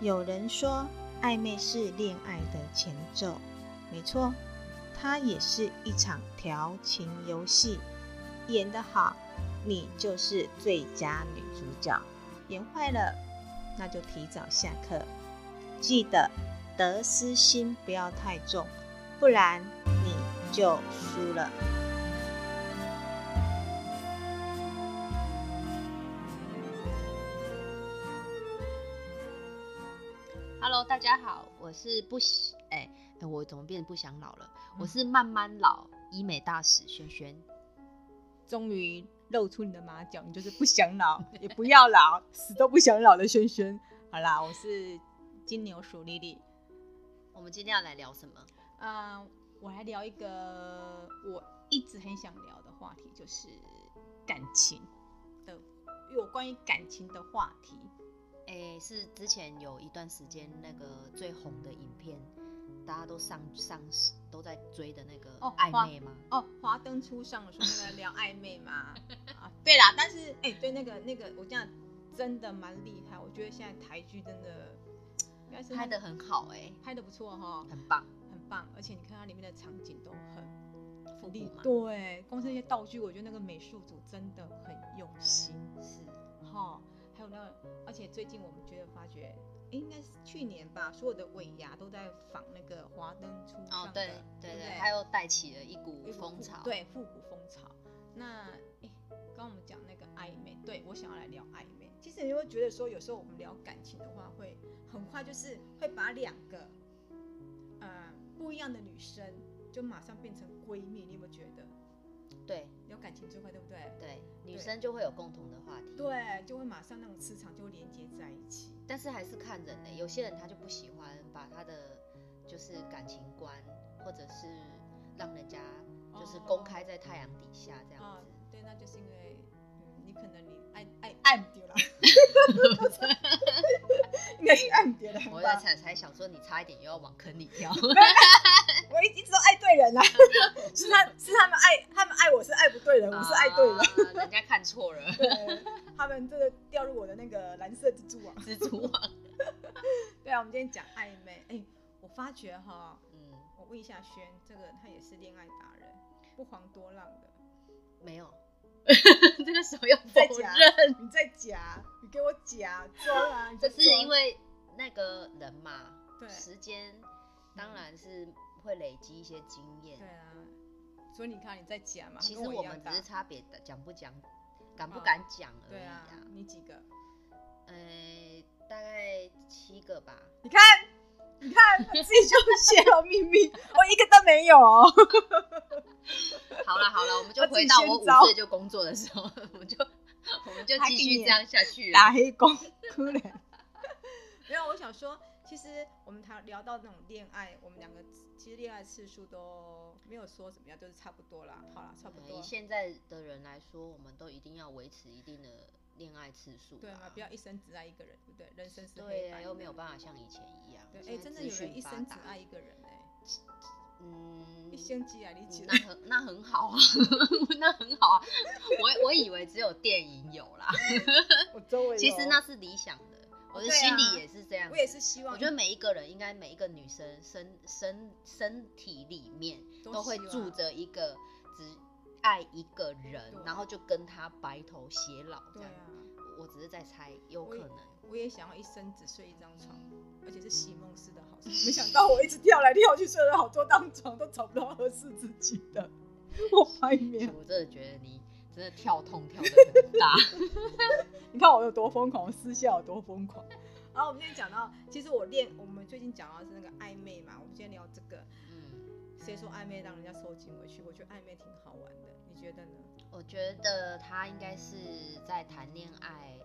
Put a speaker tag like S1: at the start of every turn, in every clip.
S1: 有人说，暧昧是恋爱的前奏，没错，它也是一场调情游戏。演得好，你就是最佳女主角；演坏了，那就提早下课。记得得失心不要太重，不然你就输了。
S2: Hello，大家好，我是不喜哎、哎我怎么变得不想老了？我是慢慢老医美大使萱萱。
S3: 终于露出你的马脚，你就是不想老， 也不要老，死都不想老的轩轩。好啦，我是金牛鼠丽丽。
S2: 我们今天要来聊什么？
S3: 嗯，我来聊一个我一直很想聊的话题，就是感情的，有关于感情的话题。
S2: 哎、是之前有一段时间那个最红的影片，大家都上上都在追的那个
S3: 哦
S2: 暧
S3: 花
S2: 昧吗？
S3: 哦，华灯初上的时候那个聊暧昧 嘛，啊，对啦，但是哎、对那个那个，我这样真的蛮厉害，我觉得现在台剧真的应该是
S2: 拍的很好哎、
S3: 拍的不错哈，
S2: 很棒，
S3: 很棒，而且你看它里面的场景都很
S2: 复古
S3: 厉
S2: 嘛，
S3: 对，光是那些道具，我觉得那个美术组真的很用心
S2: 是
S3: 哈。还有那个，而且最近我们觉得发觉，诶应该是去年吧，所有的尾牙都在仿那个华灯初上
S2: 哦
S3: 的，
S2: 对
S3: 对
S2: 对
S3: 不
S2: 对，他又带起了一股
S3: 有一股
S2: 风
S3: 复
S2: 潮，
S3: 对复古风潮。那诶，刚刚我们讲那个暧昧，对我想要来聊暧昧。其实你会觉得说，有时候我们聊感情的话，会很快就是会把两个呃不一样的女生就马上变成闺蜜，你有没有觉得
S2: 对
S3: 聊感情最快，对不对？
S2: 对，女
S3: 对
S2: 生就会有共同的话题，
S3: 对，就会马上那种磁场就连接在一起。
S2: 但是还是看人呢、有些人他就不喜欢把他的就是感情观，或者是让人家就是公开在太阳底下这样
S3: 啊
S2: 子。，
S3: 对，那就是因为嗯，你可能你爱爱爱不 丢了，应该是爱不丢了
S2: 我在
S3: 吧？
S2: 才才想说，你差一点又要往坑里跳。
S3: 我一一直都爱对人啦， 是他是他们爱他们爱我是爱不对人，我是爱对人，
S2: 人，啊人家看错了。
S3: 对，他们真的掉入我的那个蓝色蜘蛛网。
S2: 蜘蛛网，
S3: 对啊，我们今天讲暧昧，哎，我发觉哈，
S2: 嗯，
S3: 我问一下轩，这个他也是恋爱达人，不遑多让的。
S2: 没有， 这个时候要
S3: 在
S2: 否
S3: 夹
S2: 认，
S3: 你在夹，你给我夹装啊！你在
S2: 这是
S3: 装
S2: 因为那个人嘛，
S3: 对嗯
S2: 时间当然是会累积一些经验
S3: 对。啊，所以你看你在夹嘛，
S2: 其
S3: 他
S2: 实
S3: 跟
S2: 我
S3: 一样
S2: 们只
S3: 大
S2: 是差别的讲不讲，敢不
S3: 啊
S2: 敢讲而
S3: 对
S2: 已
S3: 啊，你几个？
S2: 呃，大概七个吧。
S3: 你看，你看，自己就泄露秘密，我一个都没 有哦。
S2: 好了好了，我们就
S3: 我自己
S2: 回到我
S3: 先
S2: 五
S3: 招
S2: 岁就工作的时候， 我们就我们就
S3: 还
S2: 继
S3: 给
S2: 续
S3: 你
S2: 这样下去了。
S3: 打黑工，哭了。没有，我想说，其实我们谈聊到那种恋爱，我们两个其实恋爱次数都没有说怎么样，就是差不多啦。好啦，差不
S2: 呃
S3: 多
S2: 以。现在的人来说，我们都一定要维持一定的恋爱次数吧。
S3: 对嘛，不要一生只爱一个人，对不对？人生是
S2: 啊
S3: 黑
S2: 对
S3: 白
S2: 呀，
S3: 的
S2: 又没有办法像以前一样。
S3: 对，
S2: 现
S3: 哎，
S2: 在
S3: 真的
S2: 资
S3: 有人
S2: 讯
S3: 一
S2: 发
S3: 生只
S2: 达
S3: 爱一个人哎，
S2: 嗯
S3: 一，生只爱你几个
S2: 嗯那很那很好啊， 那很好啊。我我以为只有电影有啦，
S3: 我周围
S2: 其
S3: 有
S2: 实那是理想的，我的
S3: 对
S2: 心
S3: 啊
S2: 里也是这样子。
S3: 我也是希望，
S2: 我觉得每一个人应该每一个女生身身身体里面
S3: 都
S2: 都会
S3: 希望
S2: 住着一个只爱一个人
S3: 对，
S2: 然后就跟他白头偕老这
S3: 对
S2: 样。
S3: 啊，
S2: 我只是在猜，有
S3: 我
S2: 可
S3: 也
S2: 能。
S3: 我也想要一生只睡一张床，而
S2: 嗯
S3: 且是席梦思 的好床。没想到我一直跳来跳去，睡了好多张床，都找不到合适自己的。我拍面，
S2: 我真的觉得你真的跳痛跳的很 大。
S3: 你看我有多疯狂，我私下有多疯狂。然后我们今天讲到，其实我恋，我们最近讲到是那个暧昧嘛，我们今天聊这个，
S2: 嗯，
S3: 谁说暧昧让人家受尽委屈？我觉得暧昧挺好玩的，你觉得呢？
S2: 我觉得他应该是在谈恋爱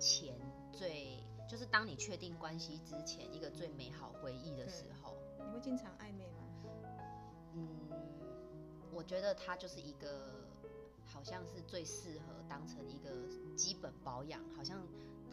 S2: 前最，就是当你确定关系之前一个最美好回忆的时候。
S3: 你会经常暧昧吗？
S2: 嗯，我觉得它就是一个，好像是最适合当成一个基本保养，好像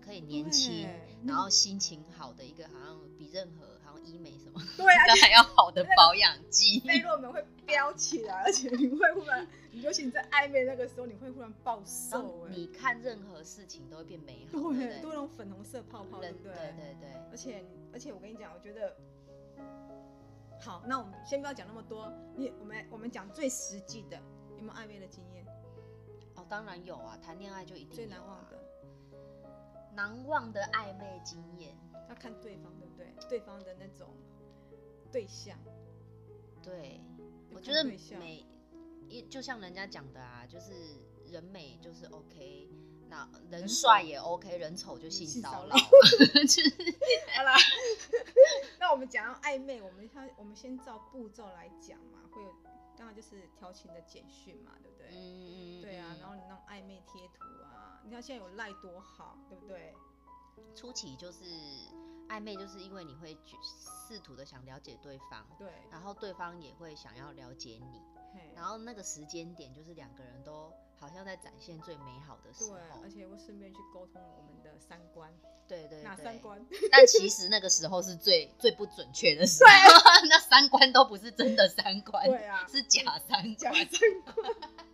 S2: 可以年轻，
S3: 对
S2: 然后心情好的一个，好像比任何好像医美什么
S3: 对啊，
S2: 都还要好的保养剂。
S3: 贝洛蒙会飙起来，而且你会忽然，尤其你在暧昧那个时候，你会忽然暴
S2: 然后
S3: 瘦、欸，
S2: 你看任何事情都会变美好，对
S3: 对，
S2: 不
S3: 都那种粉红色泡泡，
S2: 对
S3: 对不对？
S2: 对对对，
S3: 而且而且我跟你讲，我觉得，好，那我们先不要讲那么多，你我们我们讲最实际的，有没有暧昧的经验？
S2: 哦，当然有啊，谈恋爱就一定
S3: 最
S2: 有
S3: 难忘
S2: 啊
S3: 的，
S2: 难忘的暧昧经验。
S3: 要看对方对不对？对方的那种对象，
S2: 对，
S3: 要
S2: 我
S3: 看
S2: 觉得
S3: 对象
S2: 美，一就像人家讲的啊，就是人美就是 OK，那人
S3: 人
S2: 帅
S3: 丑
S2: 也 OK，人丑就性
S3: 性
S2: 骚
S3: 骚
S2: 扰。就是
S3: 好啦， 那我们讲到暧昧，我们先我们先照步骤来讲嘛，会有当然就是调情的简讯嘛，对不对？
S2: 嗯
S3: 对啊，然后
S2: 后
S3: 你那种暧昧贴图啊，你看现在有赖多好，对不对？
S2: 初期就是暧昧，就是因为你会去试图的想了解对方，
S3: 对，
S2: 然后对方也会想要了解你，
S3: 嘿
S2: 啊然后那个时间点就是两个人都好像在展现最美好的时
S3: 对啊
S2: 候，，
S3: 而且会顺便去沟通我们的三观，
S2: 对对
S3: 哪
S2: 对，
S3: 三观？
S2: 但其实那个时候是最最不准确的时候， 那三观都不是真的三观，
S3: 对啊，
S2: 是假三
S3: 讲
S2: 观。
S3: 三观。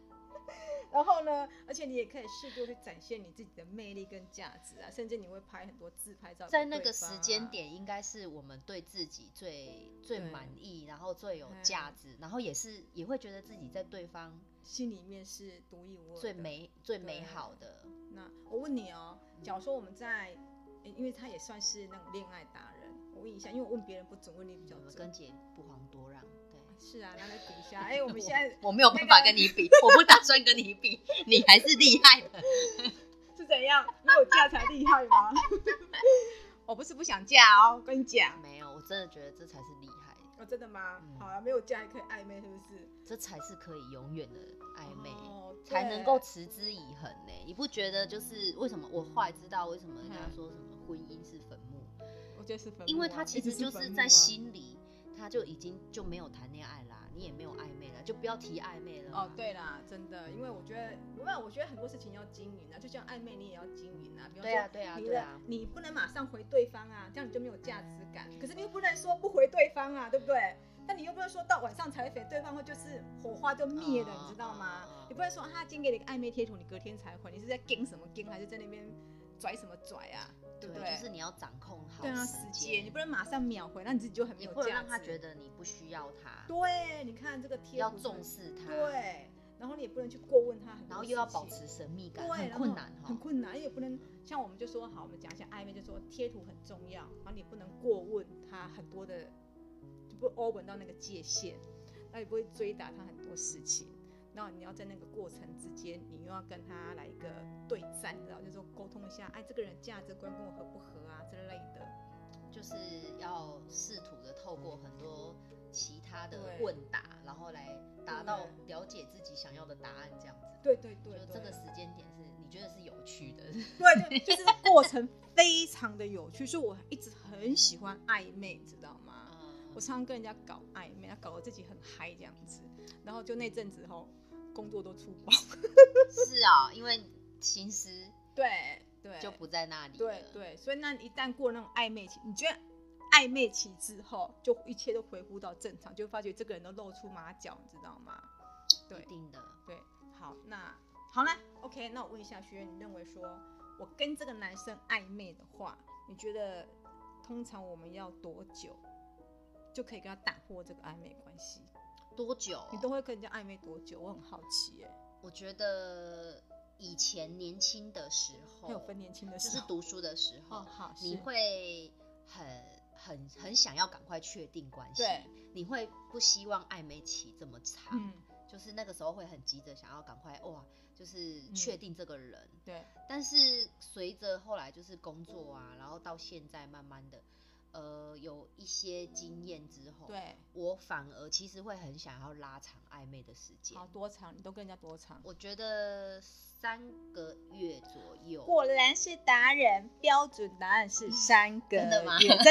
S3: 然后呢，而且你也可以适度去展现你自己的魅力跟价值啊，甚至你会拍很多自拍照给对方啊、
S2: 在那个时间点，应该是我们对自己最最
S3: 对嗯
S2: 满意，然后最有价值，然后也是也会觉得自己在对方
S3: 心里面是独一无二的
S2: 最。美最美
S3: 对
S2: 好的。
S3: 那我问你哦，假如说我们在，诶因为他也算是那种恋爱达人，我问一下，因为我问别人不准，问你比较
S2: 嗯我们
S3: 准。
S2: 跟姐不遑多让，对。
S3: 是啊，拿来比一 下。哎、我们现在
S2: 我我没有
S3: 那
S2: 办法
S3: 个
S2: 跟你比，我不打算跟你比，你还是厉害的。
S3: 是怎样？没有嫁才厉害吗？我不是不想嫁哦，跟你讲。
S2: 没有，我真的觉得这才是厉害，
S3: 哦，真的吗？
S2: 嗯
S3: 好啊，没有嫁还可以暧昧，是不是？
S2: 这才是可以永远的暧昧。
S3: 哦
S2: 才能够
S3: 对
S2: 持之以恒呢、你不觉得就是为什么我后来知道为什么人家
S3: 嗯
S2: 说什么婚姻是坟墓，
S3: 我觉得是坟墓啊
S2: 因为他其
S3: 一直
S2: 实就是
S3: 坟墓
S2: 在
S3: 啊
S2: 心里，他就已经就没有谈恋爱啦，你也没有暧昧啦，就不要提暧昧了。
S3: 哦，，对啦，真的，因为我觉得，不然我觉得很多事情要经营啊，就像暧昧你也要经营啊。比方
S2: 对啊
S3: 说，
S2: 对啊
S3: 你
S2: 对
S3: 的
S2: 啊
S3: 你不能马上回对方啊，这样你就没有价值感。可是你又不能说不回对方啊，对不对？但你又不能说到晚上才回，对方会就是火花就灭了，
S2: 嗯
S3: 你知道吗
S2: 嗯嗯嗯？
S3: 你不能说啊他今天给你一个暧昧贴图，你隔天才回，你是在跟什么跟，还是在那边拽什么拽啊？对不对？
S2: 就是你要掌控好
S3: 对啊，时
S2: 时
S3: 间你不能马上秒回，那你自己就很没
S2: 你
S3: 有
S2: 不能
S3: 价
S2: 让
S3: 值。
S2: 他觉得你不需要他，
S3: 对，你看这个贴
S2: 要
S3: 图
S2: 重视他，，
S3: 对，然后你也不能去过问他很多事情，
S2: 然后又要保持神秘
S3: 对，
S2: 感，很
S3: 然
S2: 困
S3: 后
S2: 难哈
S3: 很。困难，因为也不能像我们就说好，我们讲一下暧昧，就说贴图很重要，然后你不能过问他很多的，就不 o v 到那个界限，那也不会追打他很多事情。然后你要在那个过程之间，你又要跟他来一个对战，你知道，就是说沟通一下，哎，这个人价值观跟我合不合啊之类的。
S2: 就是要试图的透过很多其他的
S3: 对
S2: 问答，然后来达到
S3: 对
S2: 了解自己想要的答案，这样子。
S3: 对对对
S2: 就这
S3: 对
S2: 个时间点是你觉得是有趣 的，
S3: 对，就就是这过程非常的有趣，所以我一直很喜欢暧昧，你知道吗？
S2: 嗯
S3: 我常常跟人家搞暧昧，搞得自己很嗨这样子，然后就那阵子吼，工作都出包，
S2: 是啊，因为心思
S3: 对对，
S2: 就不在那里了。
S3: 对对，所以那一旦过了那种暧昧期，你觉得暧昧期之后，就一切都恢复到正常，就发觉这个人都露出马脚，你知道吗？对
S2: 一定的。
S3: 对，好，那好啦 o k 那我问一下学员，你认为说我跟这个男生暧昧的话，你觉得通常我们要多久就可以跟他打破这个暧昧关系？
S2: 多久哦？
S3: 你都会跟人家暧昧多久？我很好奇耶、
S2: 我觉得以前年轻的时候，
S3: 还有分年轻的
S2: 哦就
S3: 时
S2: 是
S3: 候，
S2: 读书的时候，
S3: 哦，好，
S2: 你
S3: 是
S2: 会很很很想要赶快确定关系
S3: 对，
S2: 你会不希望暧昧期这么长。
S3: 嗯，
S2: 就是那个时候会很急着想要赶快哇，就是
S3: 嗯
S2: 确定这个人。
S3: 对，
S2: 但是随着后来就是工作啊，然后到现在慢慢的，呃，有一些经验之后，
S3: 对，
S2: 我反而其实会很想要拉长暧昧的时间
S3: 好。多长？你都跟人家多长？
S2: 我觉得三个月左右，
S3: 果然是达人，标准答案是三个月，
S2: 真的吗
S3: 真的，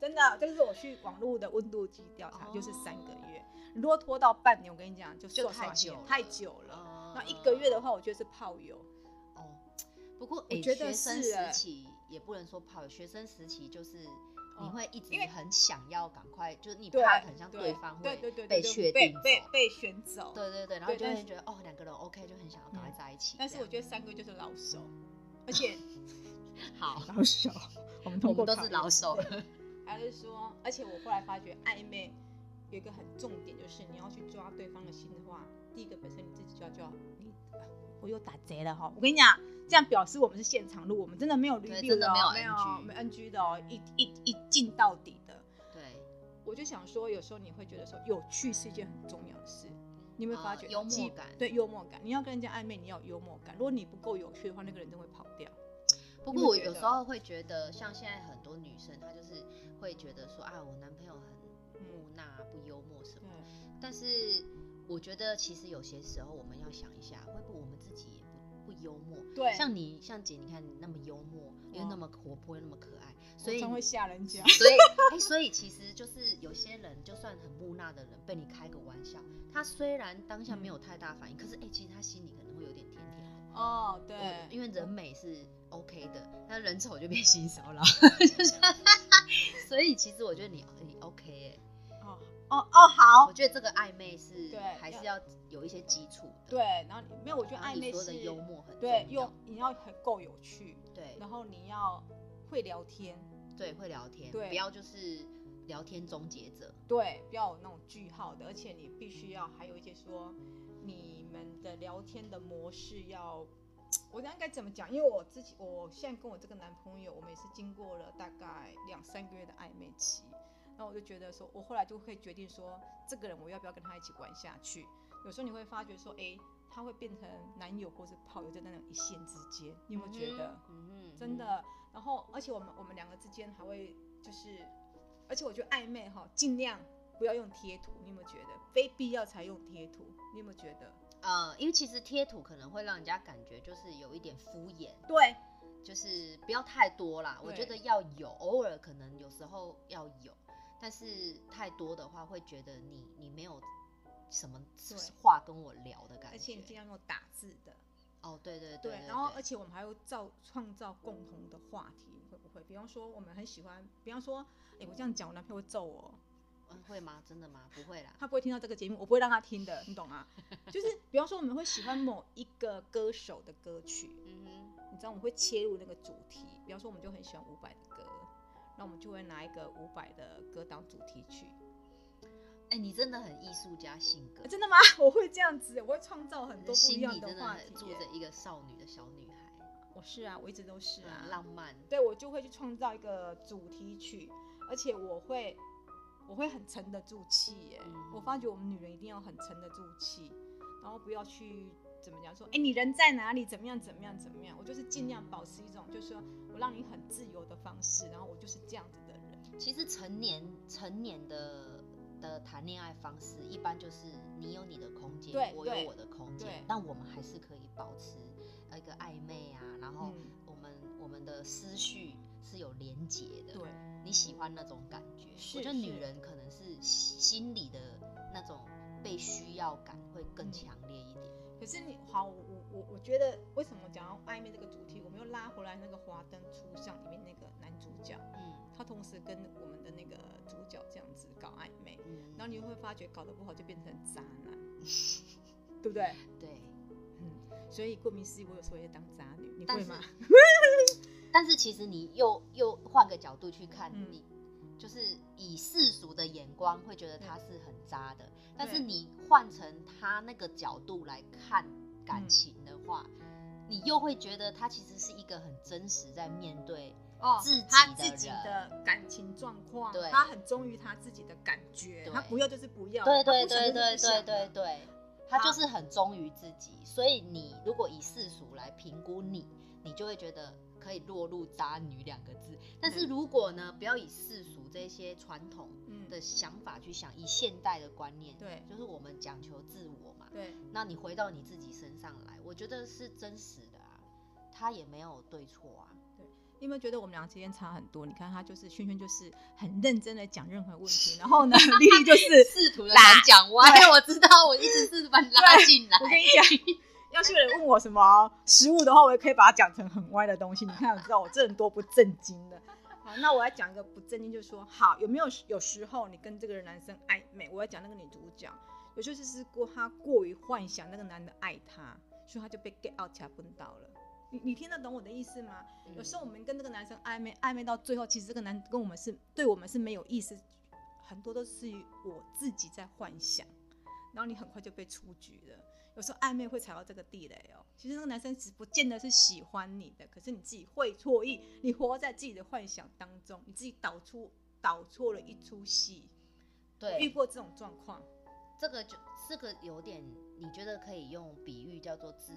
S3: 真的，这是我去网络的温度计调查，
S2: 哦
S3: 就是三个月。如果拖到半年，我跟你讲，就
S2: 就
S3: 算算
S2: 太久
S3: 了
S2: 了
S3: 太久了。
S2: 呃
S3: 那一个月的话，我觉得是泡友，
S2: 哦，不过
S3: 我
S2: 诶
S3: 觉得
S2: 学生
S3: 是欸
S2: 时
S3: 诶
S2: 期也不能说怕，学生时期就是你
S3: 哦
S2: 会一直
S3: 因为
S2: 很想要赶快，就是你
S3: 对
S2: 怕很像啊对
S3: 对
S2: 方
S3: 对
S2: 会
S3: 对对对
S2: 被
S3: 对
S2: 确
S3: 被
S2: 定走
S3: 被被选走。
S2: 对对对，然后
S3: 对
S2: 就
S3: 但
S2: 会
S3: 是
S2: 觉得哦两个人 OK 就很想要赶快
S1: 嗯
S2: 在一起这样。
S3: 但是我觉得三哥就是老手，
S2: 嗯
S3: 而且
S2: 好，
S1: 老 手，我们通
S2: 我
S1: 过
S2: 们都
S1: 考
S2: 是
S1: 验
S2: 老手，
S3: 还是说，而且我后来发觉暧昧有一个很重点，就是你要去抓对方的心的话，第一个本身你自己就要就要你，啊我又打贼了哈！我跟你讲，这样表示我们是现场录，我们真的没有
S2: 对
S3: review
S2: 真的
S3: 哦
S2: 没有
S3: 没没
S2: NG
S3: NG 的哦，一一一进到底的。
S2: 对，
S3: 我就想说，有时候你会觉得说有趣是一件很重要的事，你有没有发
S2: 呃
S3: 觉、
S2: 幽默
S3: 基
S2: 感。
S3: 对幽默感，你要跟人家暧昧，你要有幽默感。如果你不够有趣的话，那个人就会跑掉。
S2: 不
S3: 你
S2: 过
S3: 会
S2: 我
S3: 觉
S2: 有
S3: 得
S2: 时候会觉得，像现在很多女生，她就是会觉得说啊，我男朋友很木讷、啊不幽默什
S3: 嗯对
S2: 么。但是我觉得其实有些时候我们要想一下，会不会我们自己也不不幽默？
S3: 对，嗯
S2: 像你，像姐，你看你那么幽默，又
S3: 哇
S2: 那么活泼，又那么可爱，
S3: 我
S2: 所以
S3: 真会
S2: 你
S3: 吓人家。
S2: 所以，哎、所以其实就是有些人，就算很木讷的人，被你开个玩笑，他虽然当下没
S3: 嗯
S2: 有太大反应，可是哎、其实他心里可能会有点甜甜的。
S3: 哦，对
S2: 我，因
S3: 为
S2: 为人美是 OK 的，但人丑就变性骚扰， 就是，所以其实我觉得你你 OK 哎、
S3: 哦哦哦好
S2: 我，觉得这个暧昧是
S3: 对
S2: 还是要
S3: 要
S2: 有一些基础的，
S3: 对，然后你没有，我觉得
S2: 然后
S3: 暧
S2: 你
S3: 昧
S2: 说的
S3: 是
S2: 幽默很
S3: 对，
S2: 重
S3: 又
S2: 要
S3: 你要很够有趣，
S2: 对
S3: 然后你要会聊天，
S2: 对会聊天，
S3: 对
S2: 不要就是聊天终结者，
S3: 对，不要有那种句号的，而且你必须要还有一些说你们的聊天的模式要。我应该怎么讲？因为我自己，我现在跟我这个男朋友，我们也是经过了大概两三个月的暧昧期，那我就觉得说，我后来就会决定说，这个人我要不要跟他一起玩下去？有时候你会发觉说，诶，他会变成男友或是炮友，在那种一线之间，你有没有觉得？
S2: 嗯哼
S3: 真的。然后，而且我们我们两个之间还会就是，而且我觉得暧昧哈，尽量不要用贴图，你有没有觉得？非必要才用贴图，你有没有觉得？
S2: 呃，因为其实贴图可能会让人家感觉就是有一点敷衍，
S3: 对
S2: 就是不要太多啦。我觉
S3: 对
S2: 得要有，偶尔可能有时候要有，但是太多的话会觉得你你没有什么
S3: 对
S2: 话跟我聊的感
S3: 而且你尽
S2: 觉。
S3: 量用打字的，
S2: 哦，对对
S3: 对
S2: 对
S3: 然后
S2: 对
S3: 而且我们还会造创造共同的话题，会不会？比方说我们很喜欢，比方说，哎，我这样讲我男朋友会揍我哦，
S2: 嗯会吗？真的吗？不会啦。
S3: 他不会听到这个节目，我不会让他听的，你懂吗？就是比方说我们会喜欢某一个歌手的歌曲，
S2: 嗯哼，
S3: 你知道我们会切入那个主题，比方说我们就很喜欢伍佰的歌，那我们就会拿一个伍佰的歌当主题曲、
S2: 哎、你真的很艺术家性格
S3: 啊，真的吗？ 我会这样子，我会创造很多不一
S2: 心
S3: 样
S2: 里真的
S3: 话
S2: 很
S3: 题
S2: 住
S3: 耶。
S2: 着一个少女的小女孩，
S3: 我是啊，我一直都是啊
S2: 嗯，，浪漫。
S3: 对我就会去创造一个主题曲，而且我会我会很沉得住气耶。
S2: 嗯
S3: 我发觉我们女人一定要很沉得住气，然后不要去怎么讲说，哎，你人在哪里？怎么样？怎么样？怎么样？我就是尽量保持一种，就是说我让你很自由的方式，然后我就是这样子的人。
S2: 其实成年成年的的谈恋爱方式，一般就是你有你的空间
S3: 对，
S2: 我有
S3: 对
S2: 我的空间
S3: 对，
S2: 但我们还是可以保持呃一个暧昧啊，然后
S3: 嗯
S2: 我们、我们的思绪是有连结的。
S3: 对，
S2: 你喜欢那种感觉？
S3: 是
S2: 我觉得女
S3: 是
S2: 人可能是心心里的那种被需要感会更
S3: 嗯
S2: 强烈一点。
S3: 可是你好，我我我我觉得为什么讲到暧昧这个主题，我们又拉回来那个《华灯初上》里面那个男主角，
S2: 嗯
S3: 他同时跟我们的那个主角这样子搞暧昧，
S2: 嗯，
S3: 然后你会发觉搞得不好就变成渣男，对不对？
S2: 对，
S3: 嗯，所以顾名思义，我有时候也当渣女，你
S2: 但
S3: 会
S2: 是
S3: 吗？
S2: 但是其实你又又换个角度去看，
S3: 嗯
S2: 你就是以世俗的眼光会觉得他是很渣的，但是你换成他那个角度来看
S3: 嗯
S2: 感情的话，你又会觉得他其实是一个很真实在面对，
S3: 哦
S2: 自己
S3: 他
S2: 的
S3: 自己
S2: 人
S3: 的感情状况
S2: 对，
S3: 他很忠于他自己的感觉，
S2: 对
S3: 他不要就是不要，
S2: 对
S3: 哦他
S2: 对
S3: 不想就是
S2: 对
S3: 不
S2: 对
S3: 想啊
S2: 对对对，他就是很忠于自己，所以你如果以世俗来评估你，你就会觉得。可以落入渣女两个字，但是
S3: 嗯
S2: 如果呢，不要以世俗这些传统
S3: 嗯，
S2: 的想法去想，以现代的观念，
S3: 对
S2: 就是我们讲求自我嘛。
S3: 对，
S2: 那你回到你自己身上来，我觉得是真实的啊，他也没有对错啊。
S3: 你有没有觉得我们俩之间差很多？你看他就是轩轩，就是很认真的讲任何问 题，然后呢，丽丽就是
S2: 试图的想讲歪，我知道，我一直是把你拉进来
S3: 我。跟你讲，
S1: 要是有人问我什么食物的话，我也可以把它讲成很歪的东西。你看，我知道我这人多不正经的。
S3: 好，那我要讲一个不正经，就是说，好，有没有有时候你跟这个男生暧昧？我要讲那个女主角，有时候就是过她过于幻想那个男的爱她，所以她就被 get out 卡崩到了。你你听得懂我的意思吗？有时候我们跟这个男生暧昧，暧昧到最后，其实这个男跟我们是对我们是没有意思，很多都是我自己在幻想，然后你很快就被出局了。有时候暧昧会踩到这个地雷哦。其实那个男生只不见得是喜欢你的，可是你自己会错意，你活在自己的幻想当中，你自己导出导错了一出戏。遇
S2: 对，
S3: 过这种状况，
S2: 这个就这个有点，你觉得可以用比喻叫做自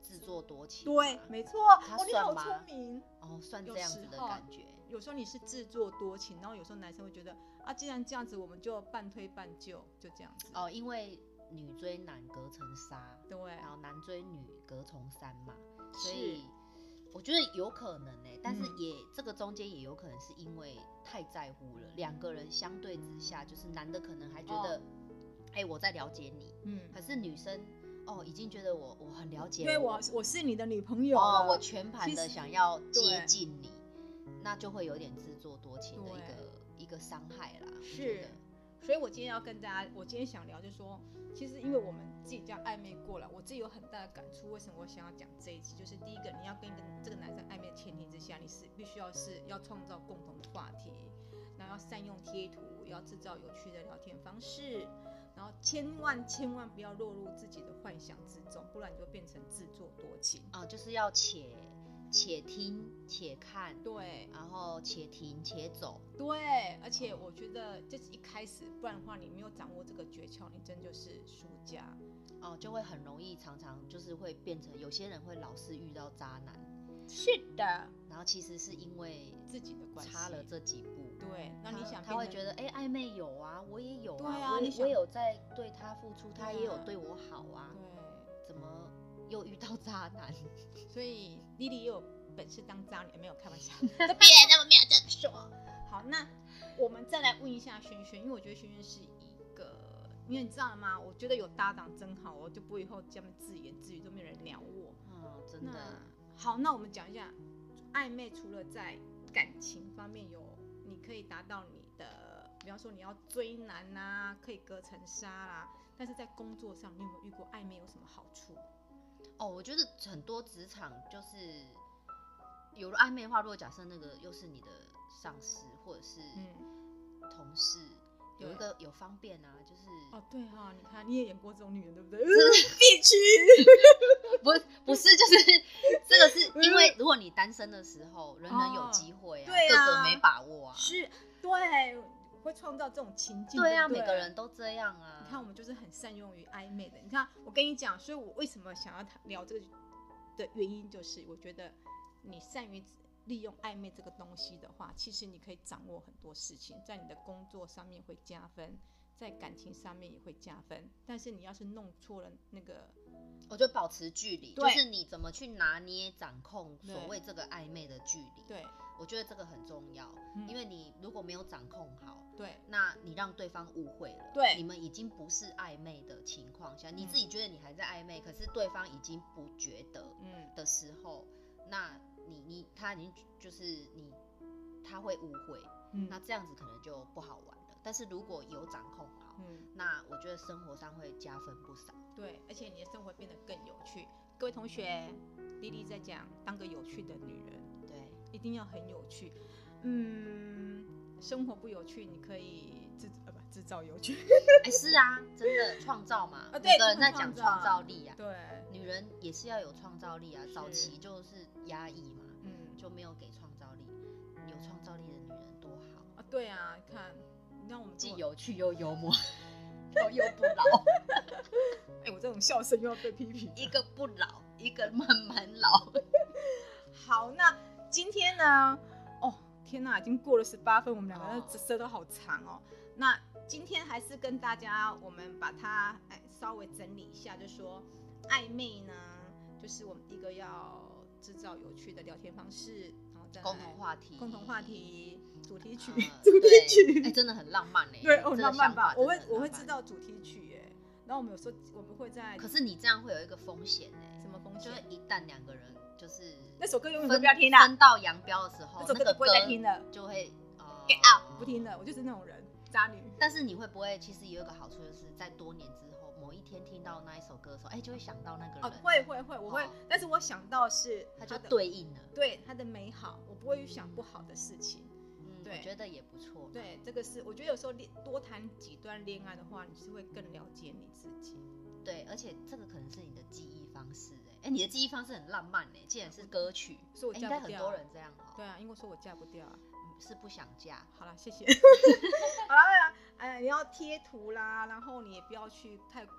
S2: 自作多情吗？
S3: 对，没错，
S2: 他
S3: 哦，你
S2: 算
S3: 好
S2: 吗
S3: 聪明。
S2: 哦，算
S3: 有
S2: 这样
S3: 时
S2: 子的
S3: 候
S2: 感觉。
S3: 有时候你是自作多情，然后有时候男生会觉得啊，既然这样子，我们就半推半就，就这样子。
S2: 哦，因为女追男隔层纱，
S3: 对，啊
S2: 然后啊男追女隔重山嘛，所
S3: 是
S2: 以我觉得有可能呢、但是
S3: 嗯
S2: 也、这个中间也有可能是因为太在乎了，两个人相对之下，就是男的可能还觉
S3: 哦
S2: 得，哎、我在了解你，
S3: 嗯，
S2: 可是女生哦已经觉得我我很了解
S3: 因
S2: 了，
S3: 为我我是你的女朋友
S2: 哦
S3: 了
S2: 我全盘
S3: 其
S2: 的
S3: 实
S2: 想要接
S3: 对
S2: 近你，那就会有点自作多情的一
S3: 对
S2: 个一个伤害啦，我觉
S3: 是
S2: 得，
S3: 所以我今天要跟大家，我今天想聊就是说，其实因为我们自己这样暧昧过了，我自己有很大的感触。为什么我想要讲这一集？就是第一个，你要跟一个这个男生暧昧的前提之下，你是必须要是要创造共同的话题，然后要善用贴图，要制造有趣的聊天方式，然后千万千万不要落入自己的幻想之中，不然你就变成自作多情。
S2: 哦就是要且且听且看，
S3: 对
S2: 然后且停且走。
S3: 对，而且我觉得就是一开始，不然的话你没有掌握这个诀窍，你真就是输家。
S2: 哦，就会很容易常常就是会变成有些人会老是遇到渣男，
S3: 是的，
S2: 然后其实是因为
S3: 自己的关系
S2: 差了这几步，
S3: 对，那
S2: 他
S3: 你想
S2: 他会
S3: 变
S2: 觉
S3: 成
S2: 得哎、暧昧有啊，我也有
S3: 对
S2: 啊，
S3: 啊
S2: 我
S3: 你
S2: 也我
S3: 想
S2: 有在对他付出，他也有
S3: 啊
S2: 对我好啊，怎么又遇到渣男？
S3: 对，所以莉莉也有本事当渣女，没有开玩 笑。
S2: 别人那么没有这么说，
S3: 好，那我们再来问一下轩轩，因为我觉得轩轩是一个，因为你知道吗？我觉得有搭档真好，哦我就不会以后这样自言自语都没人鸟我。
S2: 嗯，真
S3: 那
S2: 的，
S3: 好，那我们讲一下暧昧，除了在感情方面有，你可以达到你的，比方说你要追男呐、可以隔层纱啦，但是在工作上，你有没有遇过暧昧有什么好处？
S2: 哦，我觉得很多职场就是有了暧昧的话，如果假设那个又是你的上司或者是
S3: 嗯。
S2: 同事，有一
S3: 对
S2: 个有方便啊，就是
S3: 哦，对哈、你看你也演过这种女人，对不对？必须。
S2: 不是不是，就是 这个是因为如果你单身的时候，人人有
S3: 嗯哦
S2: 机会啊，
S3: 对
S2: 个个
S3: 啊
S2: 没把握啊，
S3: 是，对，会创造这种情境。
S2: 对啊，
S3: 不
S2: 每个人。都这样啊。
S3: 你看，我们就是很善用于暧昧的。你看，我跟你讲，所以我为什么想要聊这个的原因，就是我觉得你善于利用暧昧这个东西的话，其实你可以掌握很多事情，在你的工作上面会加分，在感情上面也会加分。但是你要是弄错了那个，
S2: 我觉得保持距离，就
S3: 对
S2: 是你怎么去拿捏、掌控
S3: 对
S2: 所谓这个暧昧的距离。，
S3: 对
S2: 我觉得这个很重要，
S3: 嗯
S2: 因为你如果没有掌控好，
S3: 对
S2: 那你让对方误会了，
S3: 对
S2: 你们已经不是暧昧的情况下，你
S3: 嗯
S2: 自己觉得你还在暧昧，可是对方已经不觉得，
S3: 嗯，
S2: 的时候，那你你他已经就是你他会误会，
S3: 嗯
S2: 那这样子可能就不好玩了。但是如果有掌控好，
S3: 嗯。
S2: 那我觉得生活上会加分不少。
S3: 对，而且你的生活变得更有趣。各位同学，莉莉在讲当个有趣的女人，
S2: 对，
S3: 一定要很有趣。嗯，生活不有趣，你可以制呃不制造有趣。
S2: 哎、是啊，真的创造嘛，
S3: 啊对
S2: 每个人在讲
S3: 这很创
S2: 创
S3: 造
S2: 造力啊，
S3: 对，
S2: 女人也是要有创造力啊。早
S3: 是
S2: 期就是压抑嘛，
S3: 嗯，就
S2: 就没有给创造力，有创造力的女人多好，
S3: 啊对啊，你看，你让我们
S2: 既
S3: 做，
S2: 有趣又幽 默，又又不老，
S3: 哎、我这种笑声又要被批评。
S2: 一个不老，一个慢慢老。
S3: 好，那今天呢？哦，天哪，已经过了十八分，我们两个
S2: 哦
S3: 人舌舌都好长哦。那今天还是跟大家，我们把它哎稍微整理一下，就说暧昧呢，就是我们第一个要制造有趣的聊天方式，然后再来
S2: 共同话题，
S3: 共同话题、主题曲、
S2: 呃
S3: 主题
S2: 对哎、
S3: 曲，
S2: 真的很浪漫哎、
S3: 对，
S2: 这
S3: 哦，
S2: 个
S3: 浪漫
S2: 想法
S3: 吧？
S2: 真
S3: 我
S2: 的
S3: 会
S2: 很
S3: 我
S2: 浪
S3: 会
S2: 漫
S3: 制造主题曲耶。然后我们有时候我们会在
S2: 可是你这样会有一个风险哎、
S3: 什么风
S2: 就是
S3: 险？
S2: 一旦两个人就是
S3: 那首歌永远都
S2: 分
S3: 不要听啦，
S2: 分道扬镳的时候
S3: 那，首
S2: 那
S3: 歌
S2: 个
S3: 就不会再听了
S2: 就会呃
S3: ，get out，不听了，我就是那种人，渣女。
S2: 但是你会不会其实也有一个好处，就是在多年之后，某一天听到那一首歌的时候，哎、就会想到那个人，
S3: 哦，会会会，我会
S2: 哦，
S3: 但是我想到的是
S2: 他就
S3: 的
S2: 对应了。
S3: 对它的美好，我不会去想不好的事情。
S2: 嗯，
S3: 对
S2: 我觉得也不错。，
S3: 对，这个是我觉得有时候恋多谈几段恋爱的话，你是会更了解你自己。
S2: 对，而且这个可能是你的记忆方式、哎，哎，你的记忆方式很浪漫哎、既然是歌曲，
S3: 所以我
S2: 哎
S3: 嫁
S2: 应该
S3: 不
S2: 很
S3: 掉
S2: 多
S3: 啊
S2: 人这样哦、
S3: 对啊，因为我说我嫁不掉啊。
S2: 嗯是不想嫁，
S3: 好啦，谢 谢。好啦，对啦哎，你要贴图啦，然后你也不要去太过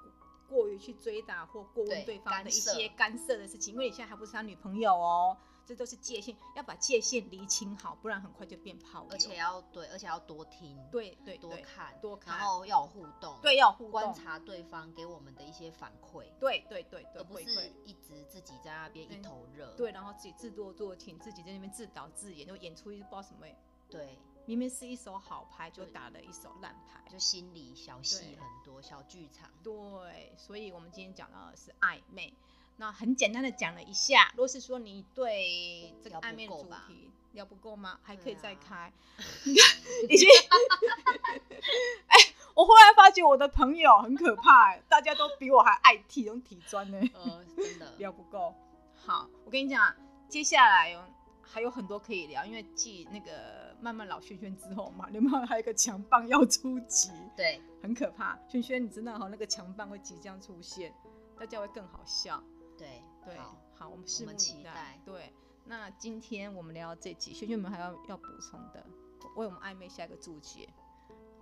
S3: 过于去追打或过
S2: 对
S3: 问对方的
S2: 干
S3: 一
S2: 涉
S3: 些干涉的事情，因为你现在还不是他女朋友哦，这都是界限，要把界限厘清好，不然很快就变炮友。
S2: 而且要对，而且要多听，，
S3: 对对
S2: 多
S3: 对
S2: 看，
S3: 多看
S2: 然后要有互动，，
S3: 对要有互动
S2: 观，察对方给我们的一些反馈，
S3: 对对对对，
S2: 而不
S3: 会
S2: 是呃
S3: 会
S2: 一直自己在那边一
S3: 嗯
S2: 头热。
S3: 对，然后自己自作多情，自己在那边自导自演，就演出一不知道什么，
S2: 对，
S3: 明明是一手好牌，就
S2: 对
S3: 打了一手烂牌。
S2: 就心里小戏
S3: 对
S2: 很多，小剧场。
S3: 对，所以我们今天讲到的是暧昧。那很简单的讲了一下，如果是说你对这个
S2: 聊不
S3: 暧昧的
S2: 够
S3: 主
S2: 吧
S3: 题聊不够吗？还
S2: 对
S3: 可以再
S2: 啊
S3: 开。 已经，哎，我忽然发觉我的朋友很可怕、哎，大家都比我还爱踢，用体砖呢、
S2: 呃，真的，
S3: 聊不够。好，我跟你讲，接下来有还有很多可以聊，因为继那个慢慢老轩轩之后嘛，刘曼还有一个强棒要出击，
S2: 对，
S3: 很可怕。轩轩，你真的哈、那个强棒会即将出现，大家会更好笑。
S2: 对，
S3: 对，
S2: 好，
S3: 我们拭目
S2: 我们
S3: 以
S2: 期
S3: 待。
S2: 待
S3: 对，那今天我们聊到这集，轩轩有没有还要要补充的？为我们暧昧下一个注解。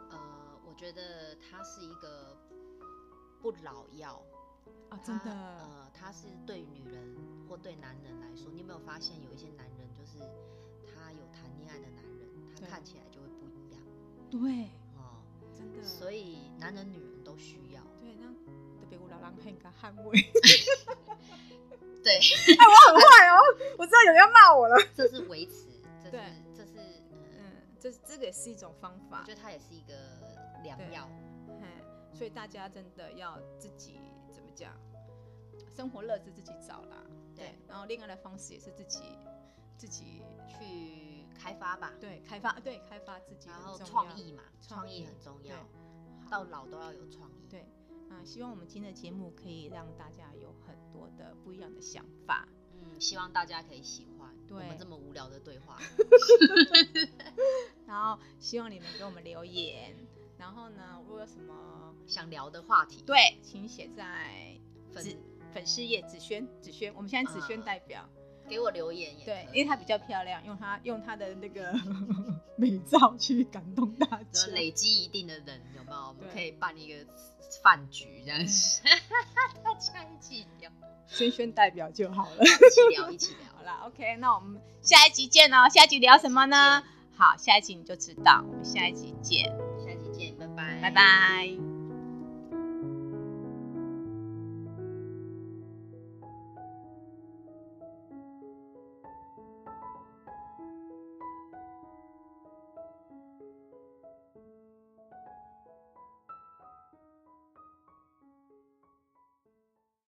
S2: 呃，我觉得它是一个不老药，
S3: 啊，
S2: 它
S3: 真的，
S2: 呃，它是对于女人或对男人来说，你有没有发现有一些男人就是他有谈恋爱的男人，他
S3: 对
S2: 看起来就会不一样
S3: 对，
S2: 哦，
S3: 嗯真的，
S2: 所以男人女人都需 要，
S3: 对，那特别我老狼很敢捍 卫，
S2: 对，
S3: 我很坏哦，我知道有人要骂我了。
S2: 这是维持，这是
S3: 对
S2: 这是嗯，
S3: 嗯，这这个也是一种方
S2: 我
S3: 法
S2: 觉，得它也是一个良
S3: 对
S2: 药，
S3: 嗯，所以大家真的要自己怎么讲，生活乐子自己找啦，
S2: 对
S3: 对，然后恋爱的方式也是自己自己
S2: 去开发吧，
S3: 对开发，对开发自己，
S2: 然后创，意嘛，
S3: 创
S2: 创意
S3: 意
S2: 很重
S3: 对
S2: 要，，到
S3: 好
S2: 老都要有创意。
S3: 对，啊，希望我们今天的节目可以让大家有很多的不一样的想法。
S2: 嗯，希望大家可以喜欢我们
S3: 对
S2: 这么无聊的 对话。
S3: 然后希望你们给我们留言。然后呢，如果有什么
S2: 想聊的话题，
S3: 对，请写在
S2: 粉
S3: 子粉丝页子轩子轩，我们现在子轩
S2: 嗯
S3: 代表、
S2: 给我留言也
S3: 对，
S2: 可以
S3: 因为她比较漂亮，用她用她的那个 美照去感动大
S2: 就
S3: 家。
S2: 累积一定的人，有没有？我们
S3: 对
S2: 可以办一个饭局这样子， 大家一起聊，
S3: 轩轩代表就好了。
S2: 一起聊，一起聊
S3: 好。啦，OK，那我们下一集见哦。下一集聊什么呢？好，下一集你就知道，我们下一集见，
S2: 下期见，拜拜，
S3: 拜。拜。